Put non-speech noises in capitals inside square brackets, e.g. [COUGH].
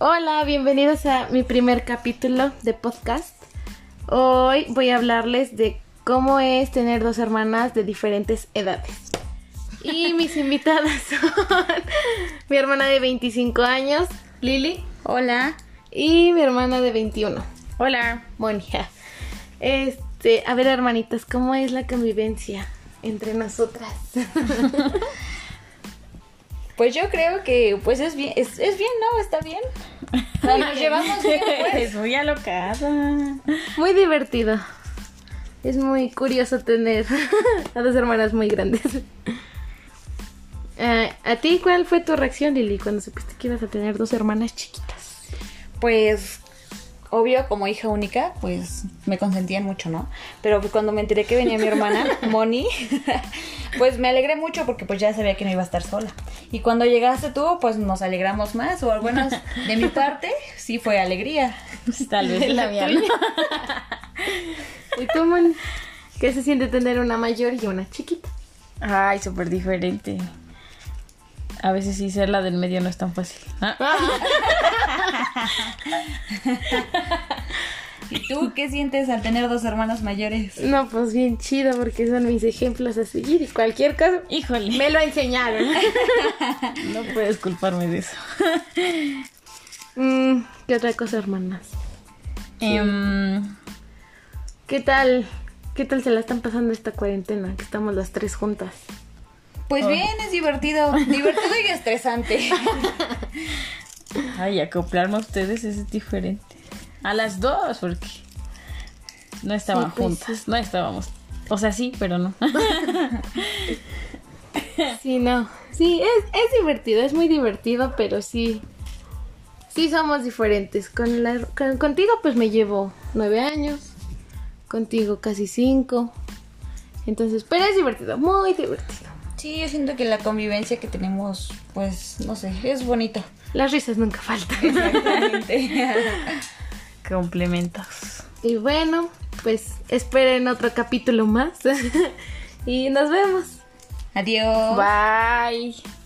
Hola, bienvenidos a mi primer capítulo de podcast. Hoy voy a hablarles de cómo es tener dos hermanas de diferentes edades. Y mis invitadas son [LAUGHS] mi hermana de 25 años, Lili, Hola. y mi hermana de 21, Hola. Mónica. Este, a ver, hermanitas, ¿cómo es la convivencia entre nosotras? [LAUGHS] Pues yo creo que pues es bien, es, es bien, ¿no? Está bien. Nos llevamos [LAUGHS] bien, pues. Es muy alocada. Muy divertido. Es muy curioso tener [LAUGHS] a dos hermanas muy grandes. Eh, ¿A ti cuál fue tu reacción, Lili, cuando supiste que ibas a tener dos hermanas chiquitas? Pues, obvio, como hija única, pues me consentían mucho, ¿no? Pero pues, cuando me enteré que venía mi [LAUGHS] hermana, Moni, [LAUGHS] pues me alegré mucho porque pues ya sabía que no iba a estar sola. Y cuando llegaste tú, pues nos alegramos más, o al menos de mi parte, sí fue alegría. Pues, Tal vez la mía. ¿Y tú, Moni? ¿Qué se siente tener una mayor y una chiquita? Ay, súper diferente. A veces sí ser la del medio no es tan fácil. Ah, [LAUGHS] ¿Y tú qué sientes al tener dos hermanas mayores? No, pues bien chido, porque son mis ejemplos a seguir y cualquier cosa. Híjole. Me lo enseñaron. No puedes culparme de eso. [LAUGHS] Mm, ¿Qué otra cosa, hermanas? Em, ¿Qué tal? ¿Qué tal se la están pasando esta cuarentena? Que estamos las tres juntas. Pues bien, es divertido, divertido y estresante. [LAUGHS] ay, acoplarme a ustedes es diferente. A las dos, porque no estaban Sí, pues, juntas. No estábamos. O sea, sí, pero no. Sí, no. Sí, es, es divertido, es muy divertido, pero sí. Sí, somos diferentes. Con la, con- contigo, pues me llevo nueve años. Contigo, casi cinco. Entonces, pero es divertido, muy divertido. Sí, yo siento que la convivencia que tenemos, pues, no sé, es bonito. Las risas nunca faltan. Exactamente. Complementos. [LAUGHS] y bueno, pues esperen otro [LAUGHS] capítulo más. y nos vemos. [LAUGHS] Adiós. Bye.